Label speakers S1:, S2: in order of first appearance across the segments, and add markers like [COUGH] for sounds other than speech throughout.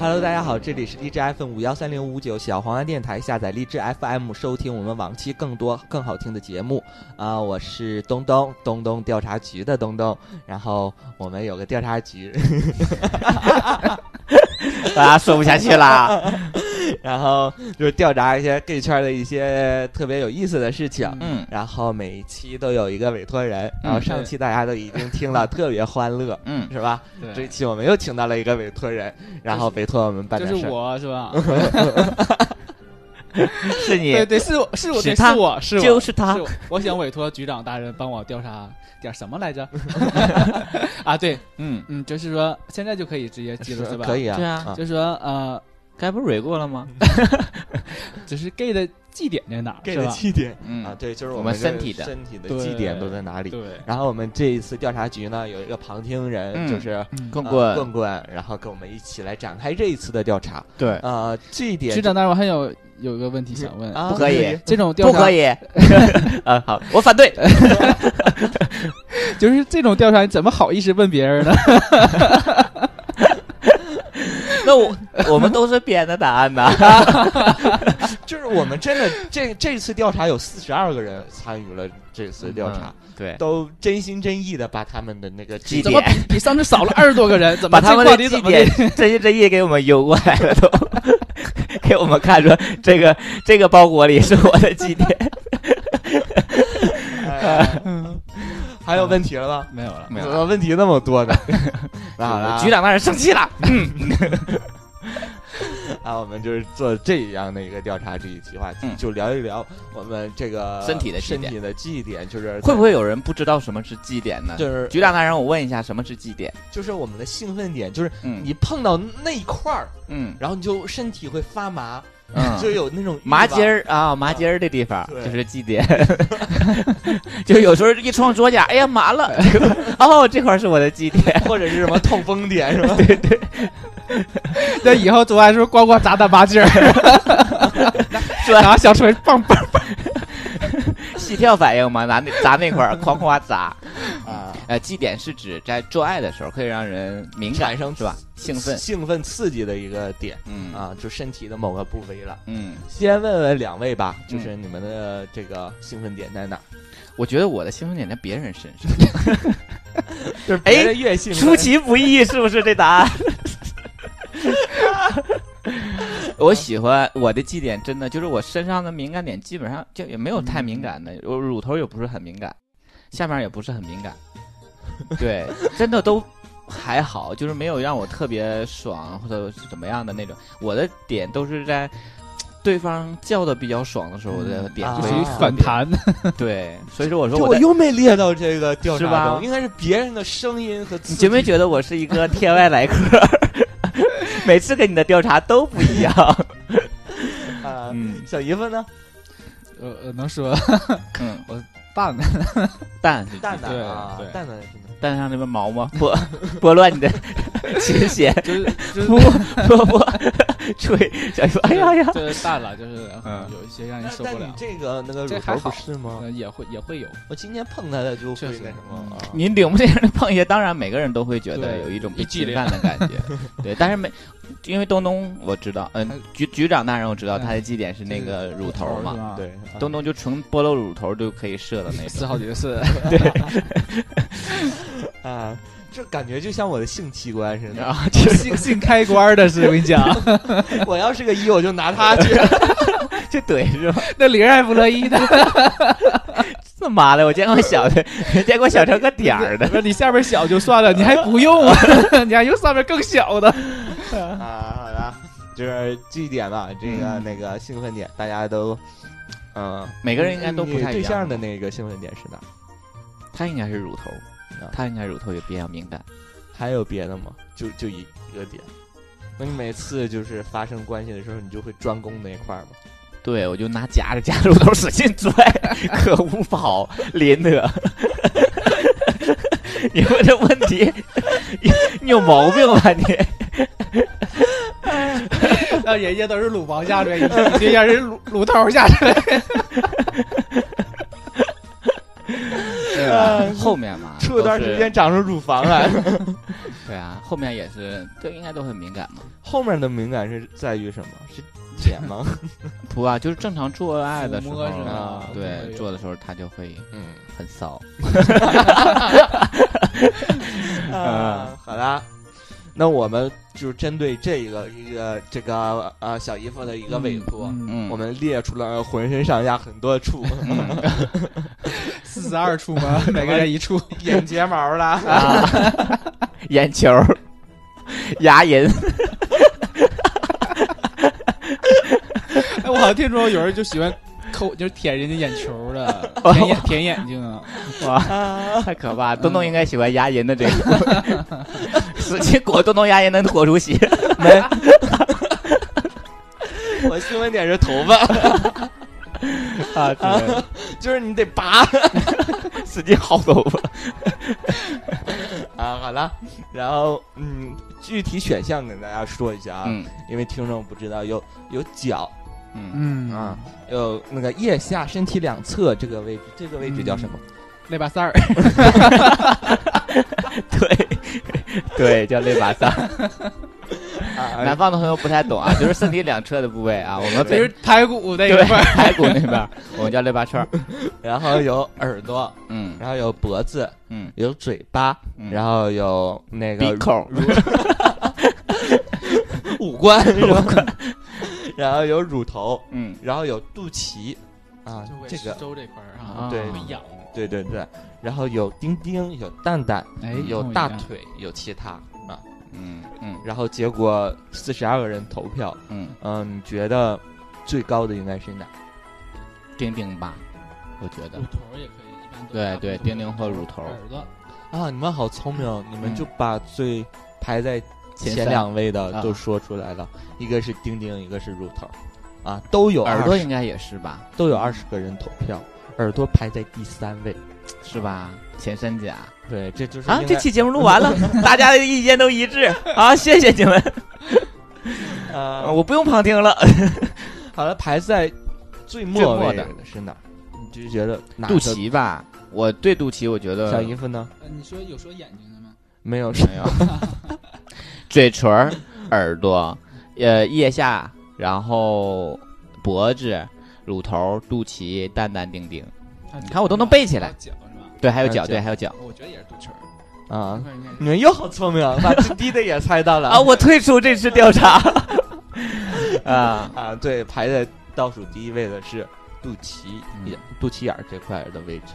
S1: Hello，大家好，这里是荔枝 FM 五幺三零五九小黄鸭电台，下载荔枝 FM 收听我们往期更多更好听的节目啊、我是东东，东东调查局的东东，然后我们有个调查局， [LAUGHS]
S2: 大家说不下去 [LAUGHS] 啦。
S1: 然后就是调查一些 gay 圈的一些特别有意思的事情。
S2: 嗯，
S1: 然后每一期都有一个委托人，
S3: 嗯
S1: 然后上期大家都已经听了，特别欢乐，
S2: 嗯，
S1: 是吧？这期我们又请到了一个委托人，然后委托我们办
S3: 就
S1: 点
S3: 是
S1: 事儿。
S3: 我是吧？
S2: 是你
S3: 对对，是我是我
S2: 是
S3: 对
S2: 他
S3: 是我是我
S2: 就是他
S3: 是我，我想委托局长大人帮我调查点什么
S2: [LAUGHS]
S3: 来着？啊，对，
S2: 嗯，
S3: 嗯，就是说现在就可以直接记录
S1: 是
S3: 是吧？
S1: 可以，啊，
S2: 对啊
S3: 就是说呃，
S2: 该不是蕊过了吗？
S3: 只是 gay 的祭点在哪儿
S1: gay
S3: 是
S1: 的
S3: 吧？
S1: 祭点啊
S2: 嗯，，
S1: 对，就是
S2: 我
S1: 们
S2: 们
S1: 这个
S2: 身体的
S1: 身体的
S3: 对
S1: 祭点都在哪里？
S3: 对，
S1: 然后我们这一次调查局呢，有一个旁听人，
S2: 嗯
S1: 就是
S3: 嗯
S2: 棍
S1: 呃
S2: 棍，
S1: 棍棍，然后跟我们一起来展开这一次的调查。
S2: 对，
S1: 啊，这一点
S3: 局长大人，我还有有一个问题想问，
S1: 啊
S2: 不可以
S3: 这种调
S2: 不
S3: 查
S2: 可以。 [LAUGHS] 啊，好，我反对。
S3: 就是这种调查，你怎么好意思问别人呢？
S2: 那我我们都是编的答案 [LAUGHS] 呐。
S1: 就是我们真的这这次调查有四十二个人参与了这次调查，
S2: 嗯对，
S1: 都真心真意的把他们的那个
S2: 祭
S3: 怎么
S2: 点，
S3: 比比上次少了二十多个
S2: [LAUGHS]
S3: 人？怎
S2: 把
S3: 么
S2: 他们
S3: 这话
S2: 的
S3: 题
S2: 祭
S3: 怎么
S2: 点 [LAUGHS] 真心真意给我们邮过来了都， [LAUGHS] 给我们看说这个这个包裹里是我的祭点。
S3: [LAUGHS]
S1: 哎还有问题了吗？
S3: 没有了？
S2: 没有
S1: 怎么问题那么
S2: [LAUGHS]
S1: 多呢？那好了啊，
S2: 局长大人生气了。
S1: 啊，我们就是做这样的一个调查这一计划，
S2: 嗯
S1: 就聊一聊我们这个
S2: 身体的祭
S1: 身
S2: 点
S1: 体的祭点，就是
S2: [LAUGHS] 会不会有人不知道什么是祭点呢？
S1: 就是
S2: 局长大人，我问一下，什么是祭点？
S1: 就是我们的兴奋点，就是
S2: 嗯，
S1: 你碰到那一块儿，
S2: 嗯
S1: 然后你就身体会发麻，
S2: 嗯，
S1: 就有那种
S2: 麻筋
S1: 儿。
S2: 儿啊，麻筋儿的地方
S1: 对
S2: 就是祭点， [LAUGHS] 就有时候一撞桌角，哎呀
S1: [LAUGHS]
S2: 麻了，哦，这块儿是我的祭点，
S1: [LAUGHS] 或者是什么痛风点
S2: [LAUGHS]
S1: 是吧？
S3: [LAUGHS] 那以后做爱是不是光光砸大八劲儿，
S2: [LAUGHS]
S3: 拿小锤棒棒？
S2: 膝跳反应嘛，拿那砸那块儿，哐哐砸。
S1: 啊，
S2: 呃，祭点是指在做爱的时候可以让人敏
S1: 产
S2: 感
S1: 生 [LAUGHS]
S2: 是吧？兴奋，
S1: 兴奋刺激的一个点
S2: 嗯
S1: 啊，就身体的某个部位了。
S2: 嗯，
S1: 先问问两位吧，就是你们的这个兴奋点在哪儿？
S2: 我觉得我的兴奋点在别人身上，
S1: 就是
S2: 哎
S1: 别人越兴奋，
S2: 出其不意，是不是这答案？ [LAUGHS] 我喜欢我的祭点，真的就是我身上的敏感点，基本上就也没有太敏感的，我乳头也不是很敏感，下面也不是很敏感，对，真的都还好，就是没有让我特别爽或者是怎么样的那种。我的点都是在对方叫的比较爽的时候，我的点
S1: 啊
S3: 就
S2: 会
S3: 属于反弹，
S2: 对，所以说我说
S1: 这
S2: 嗯我
S1: 我
S2: 的。
S1: 又没列到这个调
S2: 是吧
S1: 查中，应该是别人的声音和刺激
S2: 你觉没觉得我是一个天外来客？ [LAUGHS] 每次跟你的调查都不一样。
S1: 啊。
S2: 嗯
S1: 小姨夫呢？
S3: 呃呃，能说
S2: 嗯，
S3: 蛋
S1: 蛋
S2: 蛋
S1: 蛋
S3: 对
S1: 啊，
S3: 对
S1: 蛋蛋是
S2: 蛋上那边毛吗？拨拨乱你的 [LAUGHS] 琴弦， [LAUGHS]
S3: 就是就是 [LAUGHS]
S2: 拨拨拨吹，小姨夫，哎呀哎 [LAUGHS] 呀，
S3: 就是淡了，就是
S2: 嗯
S3: 有一些让
S1: 那
S3: 人受
S1: 但
S3: 不
S1: 你
S3: 了，
S1: 这个那个
S3: 这
S1: 乳
S3: 还
S1: 头不
S3: 好
S1: 是吗？
S3: 呃也会也会有，
S1: 我今天碰它的就会
S3: 确
S1: 那
S3: 实
S1: 什么啊。
S2: 嗯你领不这样的碰一下，当然每个人都会觉得
S3: 对
S2: 有一种被
S3: 一激
S2: 侵
S3: 灵
S2: 犯的感 [LAUGHS] 觉。对，但是没，因为东东我知道，嗯、
S3: 他
S2: 局局长大人我知道
S3: 嗯
S2: 他的祭点是那个乳哎头嘛，
S3: 嘛，
S1: 对，啊
S2: 东东就纯剥落乳头就可以射的那
S3: 四
S2: 种。
S3: 好几
S2: [LAUGHS]
S3: 次， [LAUGHS]
S1: 啊，这感觉就像我的性器官似
S2: 然
S1: 的。
S2: 后就
S3: 性性开关的是我跟你 [LAUGHS] 讲，
S1: [LAUGHS] 我要是个一，我就拿它
S2: [LAUGHS]
S1: 去。啊
S2: 就怼是吧？
S3: 那玲儿还不乐意的，
S2: 这妈的，我见过小 [LAUGHS] 的，见过小成个点儿的。
S3: 不是 [LAUGHS] 你下边小就算了，你还不用啊， [LAUGHS] 你还用上面更小 [LAUGHS] 的，
S1: 啊，好了，就是这点吧，这个
S2: 嗯
S1: 那个兴奋点，大家都，嗯，
S2: 每个人应该都不
S1: 你
S2: 太一
S1: 对象
S2: 样。
S1: 的那个兴奋点是哪？
S2: 他应该是乳头
S1: 啊，
S2: 他应该乳头也比较敏感。
S1: 还有别的吗？就就一一个点。那你每次就是发生关系的时候，你就会专攻那一块儿吗？
S2: 对，我就拿夹子夹乳头使劲 [LAUGHS] 拽，可恶跑林德。 [LAUGHS] 你问这问题，你你有毛病吧你？
S3: 让人家都是乳房下垂， [LAUGHS] 你这让人乳乳头下垂，
S2: 对吧后面嘛，啊
S1: 处段时间长出乳房来，
S2: 对啊，后面也是，就应该都很敏感嘛。
S1: [LAUGHS] 后面的敏感是在于什么？是脸吗？
S2: 不啊，就是正常做爱的时候
S3: 抚摸是吧
S2: 对
S3: 对，
S2: 做的时候他就会
S1: 嗯
S2: 很骚。
S1: [LAUGHS] 啊，好啦，那我们就是针对这一个一个这个呃小姨夫的一个委托，
S3: 嗯，
S2: 嗯，
S1: 我们列出了浑身上下很多处，
S2: [LAUGHS]
S3: 四十二处吗？每个人一处，
S1: 眼睫毛啦，
S2: 啊，眼球儿、 [LAUGHS] 牙龈，
S3: [LAUGHS] 哎，我好像听说有人就喜欢抠，就是舔人家眼球的，
S2: [LAUGHS] 哦
S3: 舔眼舔眼睛
S4: [LAUGHS]
S3: 啊，
S2: 太可怕！东东应该喜欢牙龈的这个， [LAUGHS] 使劲裹东东牙龈能裹出血。
S1: 我新闻点是头发，
S2: 啊，对，
S1: 就是你得拔
S2: [LAUGHS] 使劲薅头发。
S1: 啊。好了，然后嗯，具体选项跟大家说一下啊，
S2: 嗯
S1: 因为听众不知道有有脚
S2: 嗯，
S3: 嗯
S1: 啊，，有那个腋下、身体两侧这个位置，这个位置叫什么？
S3: 肋巴塞儿，
S2: 对 [LAUGHS] 对，叫肋巴 [LAUGHS] 萨。南
S1: 啊，
S2: 方的朋友不太懂啊，就是身体两侧的部位 [LAUGHS] 啊，我们
S3: [LAUGHS] 就
S2: 北
S3: 是排骨那一
S2: 对
S3: 块儿，
S2: 排骨那边儿， [LAUGHS] 我们叫肋巴圈儿。
S1: 然后有耳朵，
S2: 嗯
S1: 然后有脖子，
S2: 嗯，
S1: 有嘴巴，
S2: 嗯
S1: 然后有那个
S2: 鼻孔
S1: 乳五官，五官， [LAUGHS] 然后有乳头，
S2: 嗯
S1: 然后有肚脐啊，这个
S3: 周这块儿
S2: 啊
S1: 对
S3: 会痒，
S1: 对对对，然后有丁丁，有蛋蛋，
S3: 哎，
S1: 有
S3: 跟我一
S1: 大
S3: 样，
S1: 腿，有其他啊。
S2: 嗯嗯
S1: 然后结果四十二个人投票，
S2: 嗯，
S1: 嗯，你觉得最高的应该是哪？
S2: 丁丁吧，我觉得
S4: 骨头也可以，一般都
S2: 对
S4: 是
S2: 对
S4: 大骨头
S2: 丁丁或乳头
S4: 耳朵，
S1: 啊，你们好聪明哦，你们
S2: 嗯
S1: 就把最排在
S2: 前
S1: 前
S2: 三
S1: 两位的
S2: 啊
S1: 都说出来了，一个是丁丁，一个是乳头，啊，都有
S2: 耳朵
S1: 20
S2: 应该也是吧，
S1: 都有二十个人投票，耳朵排在第三位。
S2: 是吧？前三甲
S1: 对，这就是
S2: 啊，
S1: 应该
S2: 这期节目
S1: [LAUGHS]
S2: 录完了，大家的意见都一致啊，谢谢你们，
S1: 呃，
S2: 我不用旁听了。
S1: 好像排在最末
S2: 末
S1: 位
S2: 的
S1: 是哪儿？你就觉得哪
S2: [LAUGHS] 肚
S1: 个
S2: 脐吧，我对肚脐我觉得
S1: 小姨夫呢？
S4: 呃你说有说眼睛的吗？
S1: 没有，
S2: 没有， [LAUGHS] 嘴唇儿、耳朵、呃腋下，然后脖子、乳头、肚脐、蛋蛋、丁丁，你看我都能背起来
S4: 还有脚是吧？
S2: 对，还有
S1: 啊还有
S2: 脚，
S1: 脚
S2: 对，还有脚
S4: 我觉得也是肚脐儿，
S1: 啊
S2: 嗯
S4: 这，块应该是
S2: [LAUGHS]
S1: 你们又好聪明，把最低的也猜到了
S2: 啊！我退出这次调
S1: [LAUGHS]
S2: 查啊，
S1: 啊！对，排在倒数第一位的是肚脐
S2: 嗯
S1: 眼、肚脐眼儿这块儿的位置。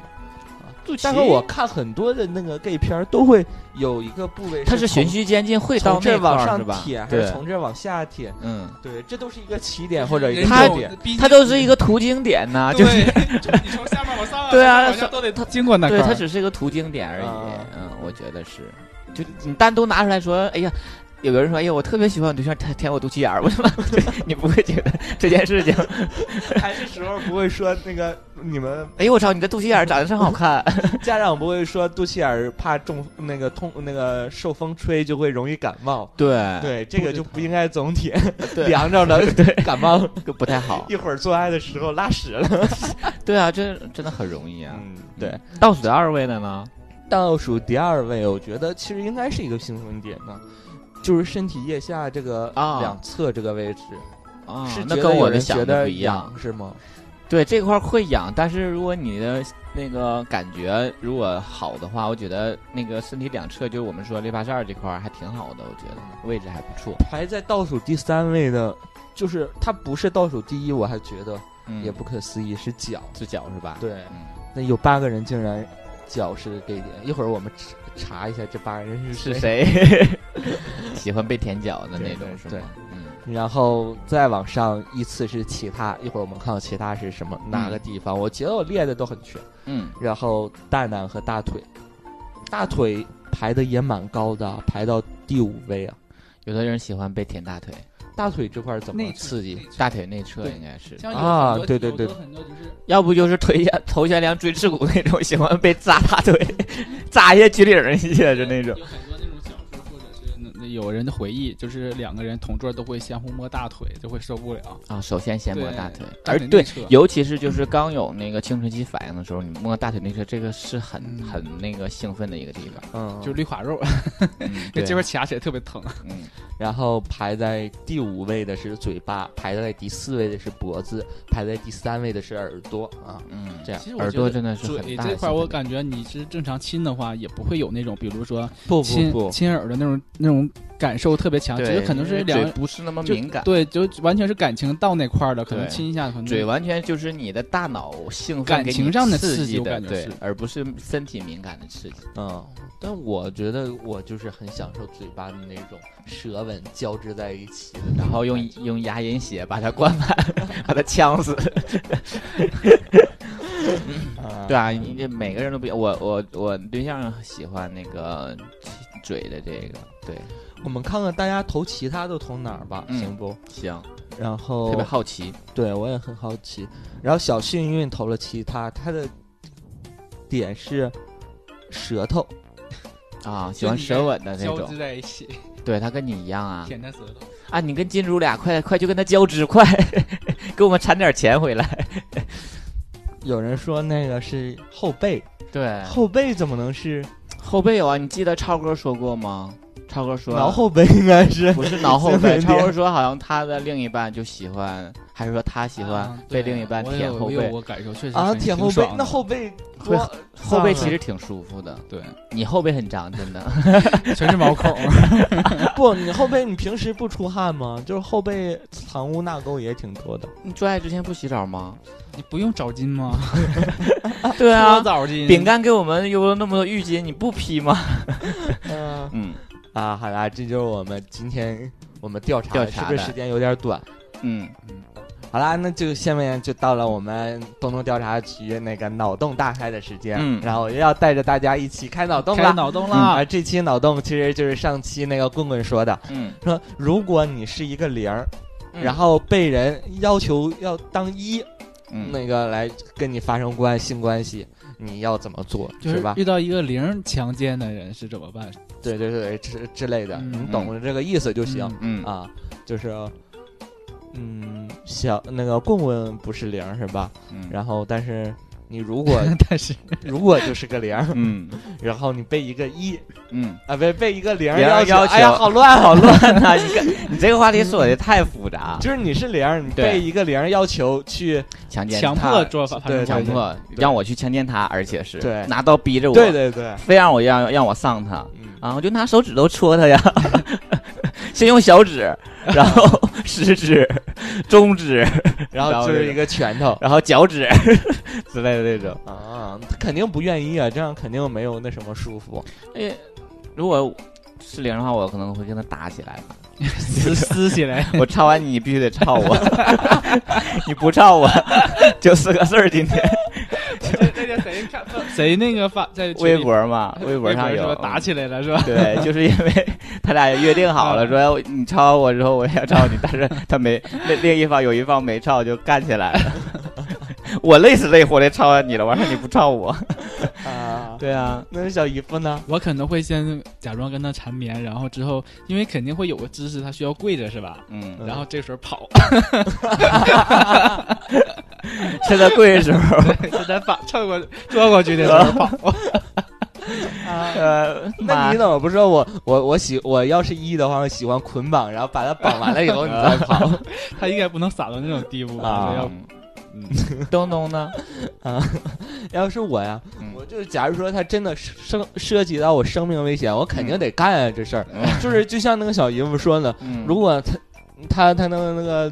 S2: 肚
S1: 但是我看很多的那个 gay 片儿都会有一个部位，
S2: 它是循
S1: 从
S2: 序渐进，会到
S1: 从这
S2: 那
S1: 儿
S2: 块
S1: 往
S2: 儿是
S1: 上
S2: 吧？
S1: 舔，还
S2: 对
S1: 是，从这儿往下舔？
S2: 嗯，
S1: 对，这都是一个起点或者一个
S2: 他
S1: 终
S2: [LAUGHS]
S1: 点。
S2: 它都是一个途经点呐，
S3: 对
S1: [LAUGHS]
S2: 就是 [LAUGHS]
S3: 你从下面往上，
S2: 对啊
S3: 往下都得经过那块
S2: 对，
S3: 儿，
S2: 它只是一个途经点而已
S1: 啊。
S2: 嗯，我觉得是，就你单独拿出来说，哎呀，有人说，哎呀，我特别喜欢我对象舔舔我肚脐眼儿，我他妈， [LAUGHS] 对你不会觉得这件事情，
S1: 还是时候不会说那个你们
S2: 哎呦我操，你的肚脐眼儿长得真好看，
S1: [LAUGHS] 家长不会说肚脐眼儿怕中那个痛那个受风吹就会容易感冒。
S2: 对
S1: 对，这个就不应该总舔，
S2: [LAUGHS]
S1: [LAUGHS]
S2: 对
S1: 凉着了感冒，
S2: 就不太好。
S1: 一会儿做爱的时候拉屎了。
S2: 对啊，这真的很容易啊。
S1: 嗯，对。，
S2: 倒数第二位的呢？
S1: 倒数第二位，我觉得其实应该是一个兴奋点呢，就是身体腋下这个
S2: 啊
S1: 两侧这个位置，
S2: 啊
S1: 是，觉
S2: 那
S1: 得
S2: 跟
S1: 有
S2: 我的
S1: 人
S2: 想
S1: 觉
S2: 的
S1: 得
S2: 不一样。
S1: 痒是吗？
S2: 对这块儿会痒，但是如果你的那个感觉如果好的话，我觉得那个身体两侧，就是我们说肋巴扇儿这块儿还挺好的，我觉得位置还不错。
S1: 排在倒数第三位的，就是它不是倒数第一，我还觉得
S2: 嗯
S1: 也不可思议，是脚。
S2: 是脚是吧？，
S1: 对，
S2: 嗯，
S1: 那有八个人竟然脚是 gay 点，一会儿我们查查一下这八个人是
S2: 是
S1: 谁。
S2: 谁喜欢被舔脚的那种
S1: 对
S2: 是
S1: 对
S2: 吗？嗯，
S1: 然后再往上依次是其他，一会儿我们看到其他是什么哪个地方，我觉得我列的都很全。
S2: 嗯，
S1: 然后蛋蛋和大腿，大腿排的也蛮高的，啊排到第五位啊。
S2: 有的人喜欢被舔大腿，
S1: 大腿这块儿怎么
S4: 内侧
S1: 刺激
S4: 内？侧
S2: 大腿内侧
S4: 对
S2: 应该是，
S4: 像有
S1: 啊
S4: 很多
S1: 对对
S4: 有
S1: 对
S4: 的很多就是
S2: 要不就是腿下头悬梁锥刺股那种喜 [LAUGHS] 欢被扎大腿，扎一下举铃儿一下就那种。
S4: 有很多那种小说或者是那
S3: 有人的回忆，就是两个人同桌都会相互摸大腿，就会受不了。
S2: 啊，首先先摸
S3: 对
S2: 大腿，
S3: 大
S2: 而
S3: 腿内
S2: 对
S3: 侧，
S2: 尤其是就是刚有那个青春期反应的时候，你摸大腿内侧，这个是很
S3: 嗯
S2: 很那个兴奋的一个地方。
S1: 嗯，
S3: 就是绿化肉，
S2: 嗯，
S3: [LAUGHS] 这
S2: [LAUGHS] 对，
S3: 这边卡起来特别疼。
S2: 嗯，
S1: 然后排在第五位的是嘴巴，排在第四位的是脖子，排在第三位的是耳朵啊。
S2: 嗯，
S1: 这样
S3: 其实我
S2: 耳
S3: 觉
S2: 朵
S3: 得
S2: 真的是很
S3: 嘴
S2: 大
S3: 这
S2: 的
S3: 块，
S2: 兴
S3: 我
S2: 奋
S3: 感觉你是正常亲的话，也不会有那种，比如说
S1: 不
S3: 亲
S1: 不不，
S3: 亲耳的那种那种感受特别强，
S2: 对
S3: 觉得可能
S2: 因
S3: 是
S2: 为
S3: 两
S2: 嘴不是那么
S3: 就
S2: 敏感，
S3: 对，就完全是感情到那块儿了，可能
S2: 对
S3: 亲一下可能
S2: 嘴完全就是你的大脑兴奋
S3: 感
S2: 给
S3: 情
S2: 你
S3: 上的
S2: 刺
S3: 刺激我
S2: 的，
S3: 感觉
S2: 对
S3: 是，
S2: 而不是身体敏感的刺激。
S1: 嗯，但我觉得我就是很享受嘴巴的那种舌吻交织在一起的，
S2: 然后用用牙龈血把它灌
S3: [LAUGHS]
S2: 满，把它呛死。
S1: 啊
S2: 对啊，你这每个人都不一样。我我我对象喜欢那个嘴的这个，对，
S1: 我们看看大家投其他都投哪儿吧，
S2: 嗯
S1: 行不？
S2: 行，
S1: 然
S3: 哦
S1: 后
S2: 特别好奇。
S1: 对我也很好奇。然后小幸运投了其他，他的点是舌头，
S2: 啊，喜欢舌吻的那
S3: 交
S2: 种
S3: 织，在一起，
S2: 对他跟你一样啊
S3: 舔着舌头。
S2: 啊！你跟金主俩快快去跟他交织，快 [LAUGHS] 给我们产点钱回来。
S1: 有人说那个是后背，
S2: 对后
S1: 后背怎么能是
S2: 后背有啊，你记得超哥说过吗？超哥说
S1: 挠后背？应该是
S2: 不是挠后
S1: 兴奋点
S2: 背，超哥说好像他的另一半就喜欢，还是说他喜欢
S3: 啊
S2: 被
S3: 对
S2: 另一半
S3: 我有
S2: 舔后
S3: 我有
S2: 背？
S3: 我感受确
S1: [LAUGHS]
S3: 实
S1: 啊，
S3: 很
S1: 舔
S3: 挺
S1: 后背
S3: 爽，的
S1: 那后背
S2: 会
S1: 多
S2: 后背其
S1: 算了
S2: 实挺舒服的，
S3: 对
S2: 你后背很长，真的。
S3: 全是毛孔，
S1: 不，你后背你平时不出汗吗？就是后背藏污纳垢也挺多的。
S2: 你做爱之前不洗澡吗？
S3: 你不用找巾吗？
S2: 对
S3: 搓
S2: 啊，
S3: 澡巾，
S2: 饼干给我们邮了那么多浴巾，你不披吗？
S1: 嗯
S2: 嗯
S1: 啊，好啦，这就是我们今天我们调查
S2: 调
S1: 的
S2: 查
S1: 是不
S2: 的
S1: 是时间有点短？
S2: 嗯，
S1: 好啦，那就下面就到了我们东东调查局那个脑洞大开的时间，
S2: 嗯
S1: 然后我又要带着大家一起开脑洞
S3: 开
S1: 了。
S3: 脑洞
S1: 啊、
S2: 哎
S3: 啦！
S1: 这期脑洞其实就是上期那个棍棍说的，
S2: 嗯，
S1: 说如果你是一个零儿，
S2: 嗯
S1: 然后被人要求要当一，
S2: 嗯
S1: 那个来跟你发生关性关系，你要怎么做，
S3: 就是是
S1: 吧？
S3: 遇到一个零强奸的人是怎么办？
S1: 对对对，之之类的，
S3: 嗯
S1: 你懂这个意思就行、
S2: 嗯
S1: 啊。就是，嗯，小那个棍棍不是零儿是吧？
S2: 嗯
S1: 然后但是你如
S2: [LAUGHS]
S1: 果
S3: [LAUGHS] 但是
S1: 如果就是个零儿，
S2: 嗯
S1: 然后你被一个一
S2: 嗯，
S1: 啊，被被一个零儿
S2: 零
S1: 要
S2: 儿要求
S1: 哎呀，好乱好乱。
S2: 乱呐！你看你这个话题说的太复杂，
S1: 就是你是零儿，你
S2: 对
S1: 被一个零儿要求去，
S2: 强奸
S3: 强
S2: 他
S3: 迫做法，
S1: 对
S2: 强迫让我去强奸他，而且是
S1: 对
S2: 拿刀逼着我，
S1: 对对对，
S2: 非让我让让我上他
S1: 嗯，
S2: 啊！我就拿手指头戳他呀， [LAUGHS] 先用小指，然后食指、中指，
S1: 然后就是一个拳头
S2: 然后脚趾 [LAUGHS] 之类的这种。
S1: 啊，他肯定不愿意啊，这样肯定没有那什么舒服。
S2: 哎，如果是零的话，我可能会跟他打起来吧。 [LAUGHS]
S3: 撕撕起来，
S2: 我抄完你，你必须得抄我， [LAUGHS] 你不抄我，就四个字儿。今天
S3: 那个谁看谁那个发在群里
S2: 微博嘛，微博上有
S3: 说打。起来了是吧？
S2: [LAUGHS] 对，就是因为 [LAUGHS] 他俩约定好了，说你抄我之后我也要抄你，但是他没另另一方有一方没抄就干起来了。 [LAUGHS] 我累死累活的抄完你了，完事儿你不抄我。
S1: 啊，
S2: 对啊，
S1: 那小姨夫呢？
S3: 我可能会先假装跟他缠绵，然后之后因为肯定会有个姿势他需要跪着是吧？
S2: 嗯，
S1: 嗯
S3: 然后这时候跑，
S2: [LAUGHS]
S3: [LAUGHS]
S2: 趁他跪的 [LAUGHS] 时候，
S3: 就咱把蹭过坐过去的时
S2: [LAUGHS]
S3: 候跑，
S2: 呃，
S1: [LAUGHS] 那
S2: 妈
S1: 你怎么不说我我我喜我要是一的话，我喜欢捆绑，然后把它绑完了以后你
S2: [LAUGHS]
S1: 再跑。
S3: 他应该不能傻到那种地步吧？
S1: 啊
S3: 所以要
S2: 嗯东
S1: [LAUGHS]
S2: 东呢？
S1: 要是我呀
S2: 嗯，
S1: 我就假如说他真的生涉及到我生命危险，我肯定得干啊这事儿。
S2: 嗯
S1: 就是就像那个小姨夫说的，
S2: 嗯
S1: 如果他他他能那个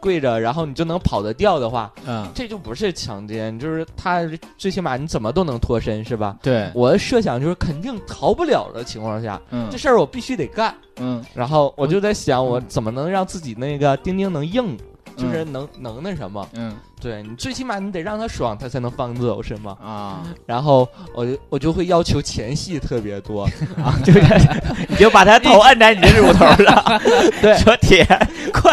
S1: 跪着，然后你就能跑得掉的话，
S2: 嗯，
S1: 这就不是强奸，就是他最起码你怎么都能脱身是吧？
S2: 对，
S1: 我的设想就是肯定逃不了的情况下，
S2: 嗯
S1: 这事儿我必须得干。
S2: 嗯，
S1: 然后我就在想，
S2: 嗯
S1: 我怎么能让自己那个丁丁能硬，就是能能那什么？
S2: 嗯
S1: 对你最起码你得让他爽，他才能放自由身嘛。
S2: 啊，
S1: 然后我就我就会要求前戏特别
S2: [LAUGHS]
S1: 多，
S2: 就是你就把他头按在你的乳头上，
S1: 对
S2: 说铁，快，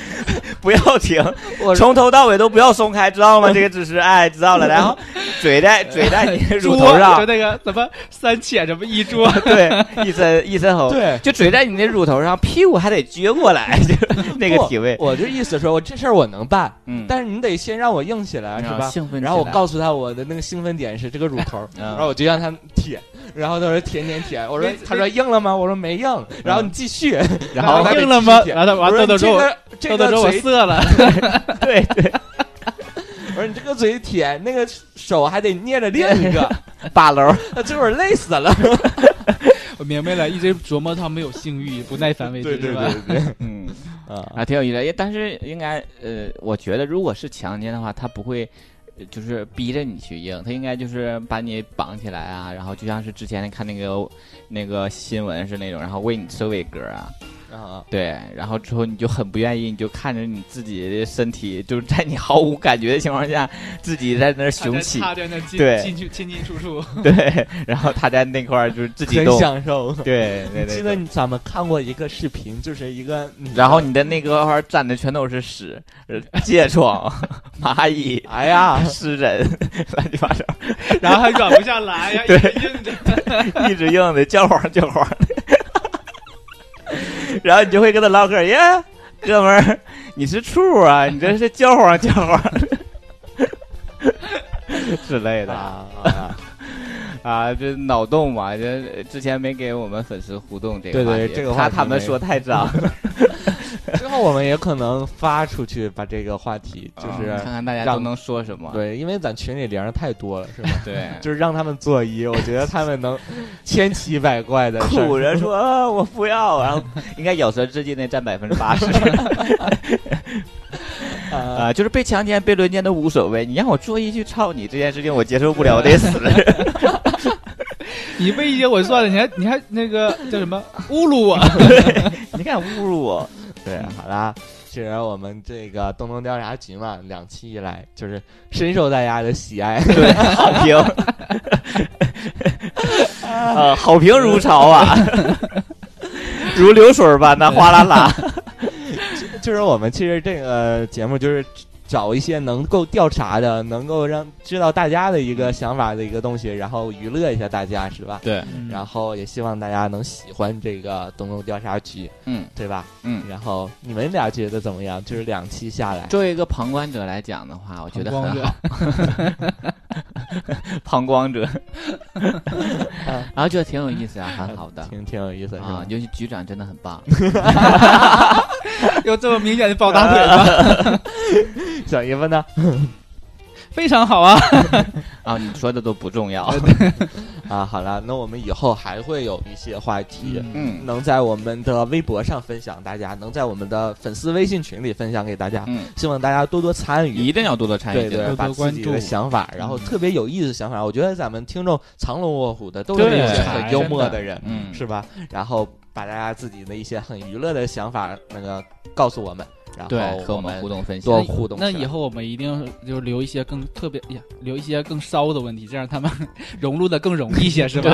S2: [LAUGHS] 不要停，
S1: 我
S2: 从头到尾都不要松开，知道吗？这个姿势，哎，知道了。然后嘴在嘴在哎你的乳头
S3: 就 [LAUGHS]
S2: 上，
S3: 那个什么三浅什么一桌，
S2: 对，一伸一伸喉，
S3: 对，
S2: 就嘴在你的乳头上，屁股还得撅过来，就是那个体位，
S1: 我这意思说，我这事儿我能办，
S2: 嗯，
S1: 但是你得先让我硬起来，是
S2: 然后
S1: 吧？
S2: 兴奋起来，
S1: 然后我告诉他我的那个兴奋点是这个乳头，
S2: [LAUGHS] 嗯
S1: 然后我就让他舔，然后他说舔舔舔，我说
S3: 没
S1: 他说硬了吗？我说没硬，
S2: 嗯
S1: 然后你继续，
S2: 然
S1: 后
S3: 硬了吗？
S1: 然
S3: 然后完
S1: 我
S3: 豆
S1: 说你这
S3: 豆说我
S1: 个这
S3: 豆豆
S1: 个
S3: 说我
S1: 嘴，
S3: 色了，
S2: 对对，
S1: 我说你这个嘴舔，那个手还得捏着另一
S2: [LAUGHS]
S1: 个，
S2: 把楼，
S1: 那这会儿累死了。
S3: 我明白了，一直琢磨他没有性欲，不耐烦为止，是吧？
S1: 对，
S2: 嗯，
S1: 啊，
S2: 啊，挺有意思的。但是应该，呃，我觉得如果是强奸的话，他不会。呃就是逼着你去硬，他应该就是把你绑起来啊，然后就像是之前看那个那个新闻是那种，然后为你吃伟哥啊，
S1: [LAUGHS] 啊，
S2: 对，然后之后你就很不愿意，你就看着你自己的身体，就是在你毫无感觉的情况下，自己在那儿
S3: 他在
S2: 雄起，
S3: 他在那进
S2: 对
S3: 进去进进出出，
S2: [LAUGHS] 对，然后他在那块儿就是自己
S1: 很
S2: 动，
S1: [LAUGHS] 享受。
S2: 对对
S1: 记
S2: 对
S1: 得
S2: 对。
S1: 你咱们看过一个视频，就是一个女的，
S2: 然后你的那个块儿沾的全都是屎，呃疥疮、 [LAUGHS] 蚂蚁、
S1: 哎 [LAUGHS] 呀，
S2: 湿疹， [LAUGHS] 乱七八糟，
S3: 然后还软不下来呀，一直硬着。
S2: 一直硬的，叫黄叫黄的。 [LAUGHS] 然后你就会跟他唠嗑，耶，哥们儿，你是处
S1: [LAUGHS]
S2: 啊，你这是叫黄叫黄的 [LAUGHS] 之类的。
S1: 啊，
S2: 啊，这脑洞嘛，这之前没给我们粉丝互动这
S1: 对对
S2: 个话题
S1: 这个话
S2: 怕
S1: 题
S2: 他们
S1: 没
S2: 说太脏，
S1: 之后我们也可能发出去，把这个话题 [LAUGHS] 就
S2: 啊
S1: 是
S2: 看看大家
S1: 让
S2: 都能说什么。
S1: 对，因为咱群里零儿太多了，是吧？
S2: 对，
S1: [LAUGHS] 就是让他们作揖，我觉得他们能千奇百怪的事儿
S2: [LAUGHS] 苦着说、啊 [LAUGHS] 我不要，然后应该咬舌自尽那占百分之八十
S1: 啊，
S2: 啊，就是被强奸、被轮奸都无所谓，你让我做一句操你这件事情，我接受不了，我得 [LAUGHS] 死。
S3: 你威胁我算了，你还你还那个叫什么侮辱我？
S2: 你敢侮辱我？
S1: 对，好啦。其实我们这个东东调查局嘛，两期以来就是深受大家的喜爱，
S2: 对，好评，啊，好评如潮啊，如流水般的哗啦啦。
S1: 就是我们其实这个节目就是找一些能够调查的，能够让知道大家的一个想法的一个东西，然后娱乐一下大家，是吧？
S2: 对，
S1: 然后也希望大家能喜欢这个东东调查局，
S2: 嗯
S1: 对吧？
S2: 嗯。
S1: 然后你们俩觉得怎么样？就是两期下来，
S2: 作为一个旁观者来讲的话，我觉得
S3: 光
S2: 很
S3: 着 [LAUGHS]
S2: 好。旁观者，然后觉得挺有意 [LAUGHS] 思啊，很好的
S1: 挺挺有意思，是
S2: 啊
S1: 吧，？
S2: 尤其局长真的很棒。
S3: 有这么明显的抱大腿吗？
S1: [LAUGHS] 小姨夫呢？
S3: 非常好啊！
S2: [LAUGHS] 啊，你说的都不重要。
S1: 呃啊，好了，那我们以后还会有一些话题。
S2: 嗯
S1: 能在我们的微博上分享，大家能在我们的粉丝微信群里分享给大家，
S2: 嗯，
S1: 希望大家多多参与，
S2: 一定要多多参
S1: 对
S2: 与。
S1: 对，
S2: 真的
S3: 多
S1: 把
S3: 多
S1: 自己
S3: 关
S1: 的
S3: 注
S1: 想法，然后
S2: 嗯
S1: 特别有意思的想法，我觉得咱们听众藏龙卧虎的，都是
S3: 对
S1: 那种很幽默的人，
S2: 嗯，
S1: 是吧？然后把大家自己的一些很娱乐的想法那个告诉我们，然
S2: 对，和
S1: 后
S2: 我们互动分享
S1: 多。互动起
S3: 那
S1: 来。
S3: 以后我们一定就留一些更特别，哎呀，留一些更骚的问题，这样他们 [LAUGHS] 融入的更容易一些，是吧？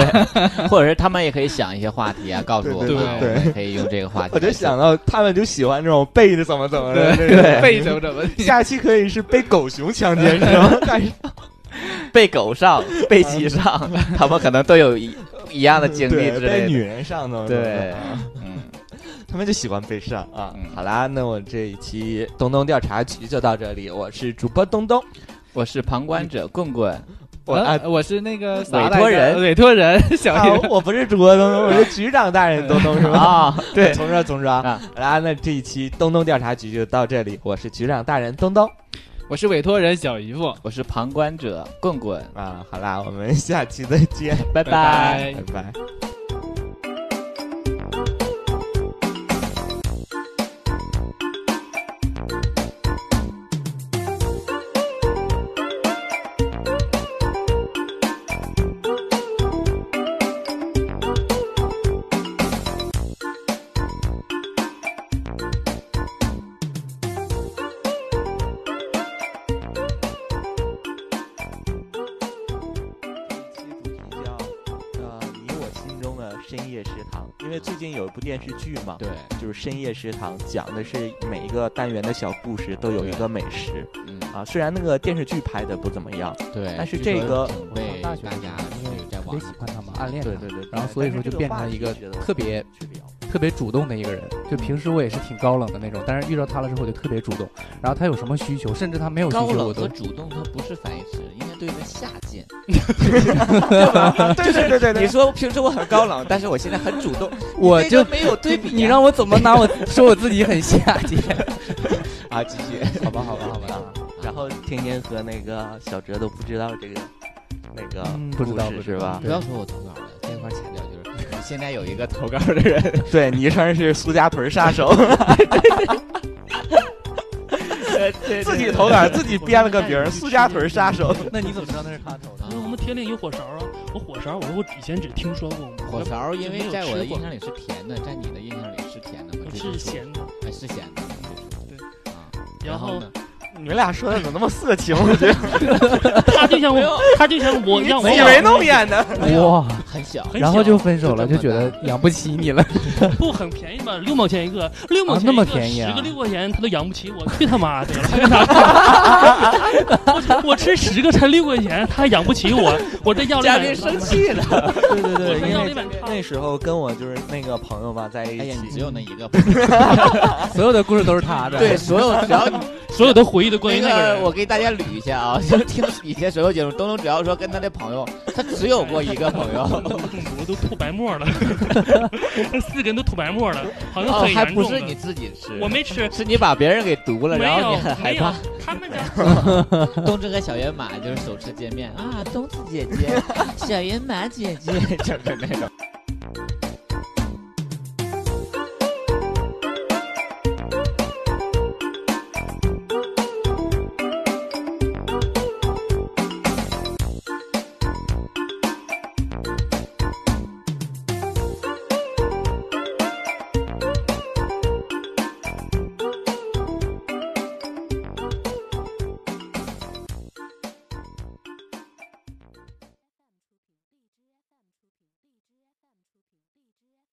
S2: 或者是他们也可以想一些话 [LAUGHS] 题啊，告诉我们，
S3: 对
S2: 我
S1: 对
S2: 们可以用这个话题。
S1: 我就想，到他们就喜欢这种背着怎么怎么的，那种 [LAUGHS]
S3: 对，背怎么怎么的，
S1: 下期可以是被狗熊强奸是
S3: [LAUGHS]
S1: 吗？但是
S2: 被狗 [LAUGHS] 上，被鸡上，他们可能都有一一样的经
S1: [LAUGHS] 对
S2: 历之
S1: 被
S2: 类的。
S1: 女人上头，
S2: 对，嗯，
S1: 他们就喜欢被上啊。
S2: 嗯
S1: 好啦，那我这一期东东调查局就到这里，我是主播东东，
S2: 我是旁观者棍棍，
S1: 我
S3: 啊
S1: 啊，
S3: 我是那个啥
S2: 委
S3: 来
S2: 托
S3: 着
S2: 人
S3: 委托人小
S1: 啊
S3: 叶，
S1: 我不是主播东东，我是局长大人东东是吧？ [LAUGHS]
S2: 啊，对
S1: 从这从这啊
S2: 啊！
S1: 好啦，那这一期东东调查局就到这里，我是局长大人东东
S3: 我是委托人小姨夫，
S2: 我是旁观者棍棍，
S1: 啊。好啦，我们下期再见，
S2: 拜
S3: 拜拜
S1: 拜拜。这期主题叫呃，你我心中为最近有一部电视剧嘛，
S2: 对，
S1: 就是《深夜食堂》，讲的是每一个单元的小故事都有一个美食
S2: 嗯，
S1: 啊。虽然那个电视剧拍的不怎么样，
S2: 对。
S1: 但是这个
S2: 被大家
S3: 因为
S2: 在网
S3: 也喜欢他嘛，暗恋他
S2: 对对对对
S3: 然后所以说就变成了一个特别
S1: 去聊。
S3: 特别主动的一个人。就平时我也是挺高冷的那种，但是遇到他了之后我就特别主动。然后他有什么需求，甚至他没有需
S2: 高
S3: 求
S2: 冷
S3: 我
S2: 和
S3: 都
S2: 主动，它不是反义词，应该对应的下贱。
S1: 啊对对对对
S2: 你说平时我很高冷，但是我现在很主动，
S3: 我
S2: 这
S3: 就
S2: 个没有对比啊。
S3: 你让我怎么拿我说我自己很下贱？
S2: 啊，继续，
S3: 好吧，好吧，好吧。
S1: 然后天天和那个小哲都不知道这个那个
S3: 嗯
S1: 故
S3: 不知道
S1: 事
S3: 不知
S1: 是
S3: 道
S1: 吧？
S2: 不要说我投稿了，这块儿掐掉就是。我现在有一个投稿的人，
S1: [LAUGHS] 对，昵称是苏家屯杀手，自己投稿，自己编了个名儿，苏家屯杀手。
S3: 那你怎么知道那是他投
S5: 因为
S2: 哦
S5: 我们天津有火勺啊，我火勺我我以前只听说过，
S2: 火勺，因为在我的印象
S5: 里
S2: 里是甜的，在你的印象里是甜的吗？
S5: 是咸的，
S2: 哎，是咸的。啊
S5: 然后
S2: 呢？
S1: 你们俩说的怎么那么色情？我觉得
S5: 他就像我，他就像我让我
S1: 挤眉弄眼的。
S3: 哇，
S2: 很小，
S5: 很小
S3: 然后就分手了，
S2: 就
S3: 就
S2: 这
S3: 觉
S2: 么大
S3: 得养不起
S2: [LAUGHS]
S3: 你了。
S5: 不很便宜嘛，六毛钱一个，六毛
S3: 啊
S5: 钱
S3: 那么
S5: 一个
S3: 便宜啊
S5: 十个六块钱他都养不起我，去他妈
S2: [LAUGHS]
S5: 的了！我我吃十个才六块钱，他还养不起我，我这要了一
S2: 嘉
S5: 碗
S2: 宾生气了。
S1: 对对
S5: 我这
S1: 因
S5: 要了
S1: 为
S5: 一碗汤。
S1: 那时候跟我就是那个朋友吧，在一
S2: 哎呀，你
S1: 起。
S2: 只有那一
S5: [LAUGHS]
S2: 个。
S3: 所有的故事都是他的。
S2: 对，，所有只 [LAUGHS] 要你
S5: 所有的回忆都关于
S2: 那
S5: 个人，
S2: 我给大家捋一下啊， [LAUGHS] 就听以前所有节目，东东只要说跟他的朋友，他只有过一个朋友，
S5: [LAUGHS] 我都吐白沫了， [LAUGHS] 四个人都吐白沫了，好像
S2: 哦
S5: 很，
S2: 还
S5: 严
S2: 不
S5: 重
S2: 是
S5: 的。
S2: 你自己吃，
S5: 我没吃，
S2: 是你把别人给毒了，
S5: 没
S2: 然后你
S5: 有
S2: 很害
S5: 没有
S2: 怕。，
S5: 他们家
S2: 东芝和小野马就是首次见面啊，东子姐姐，小野马姐姐，就是那种。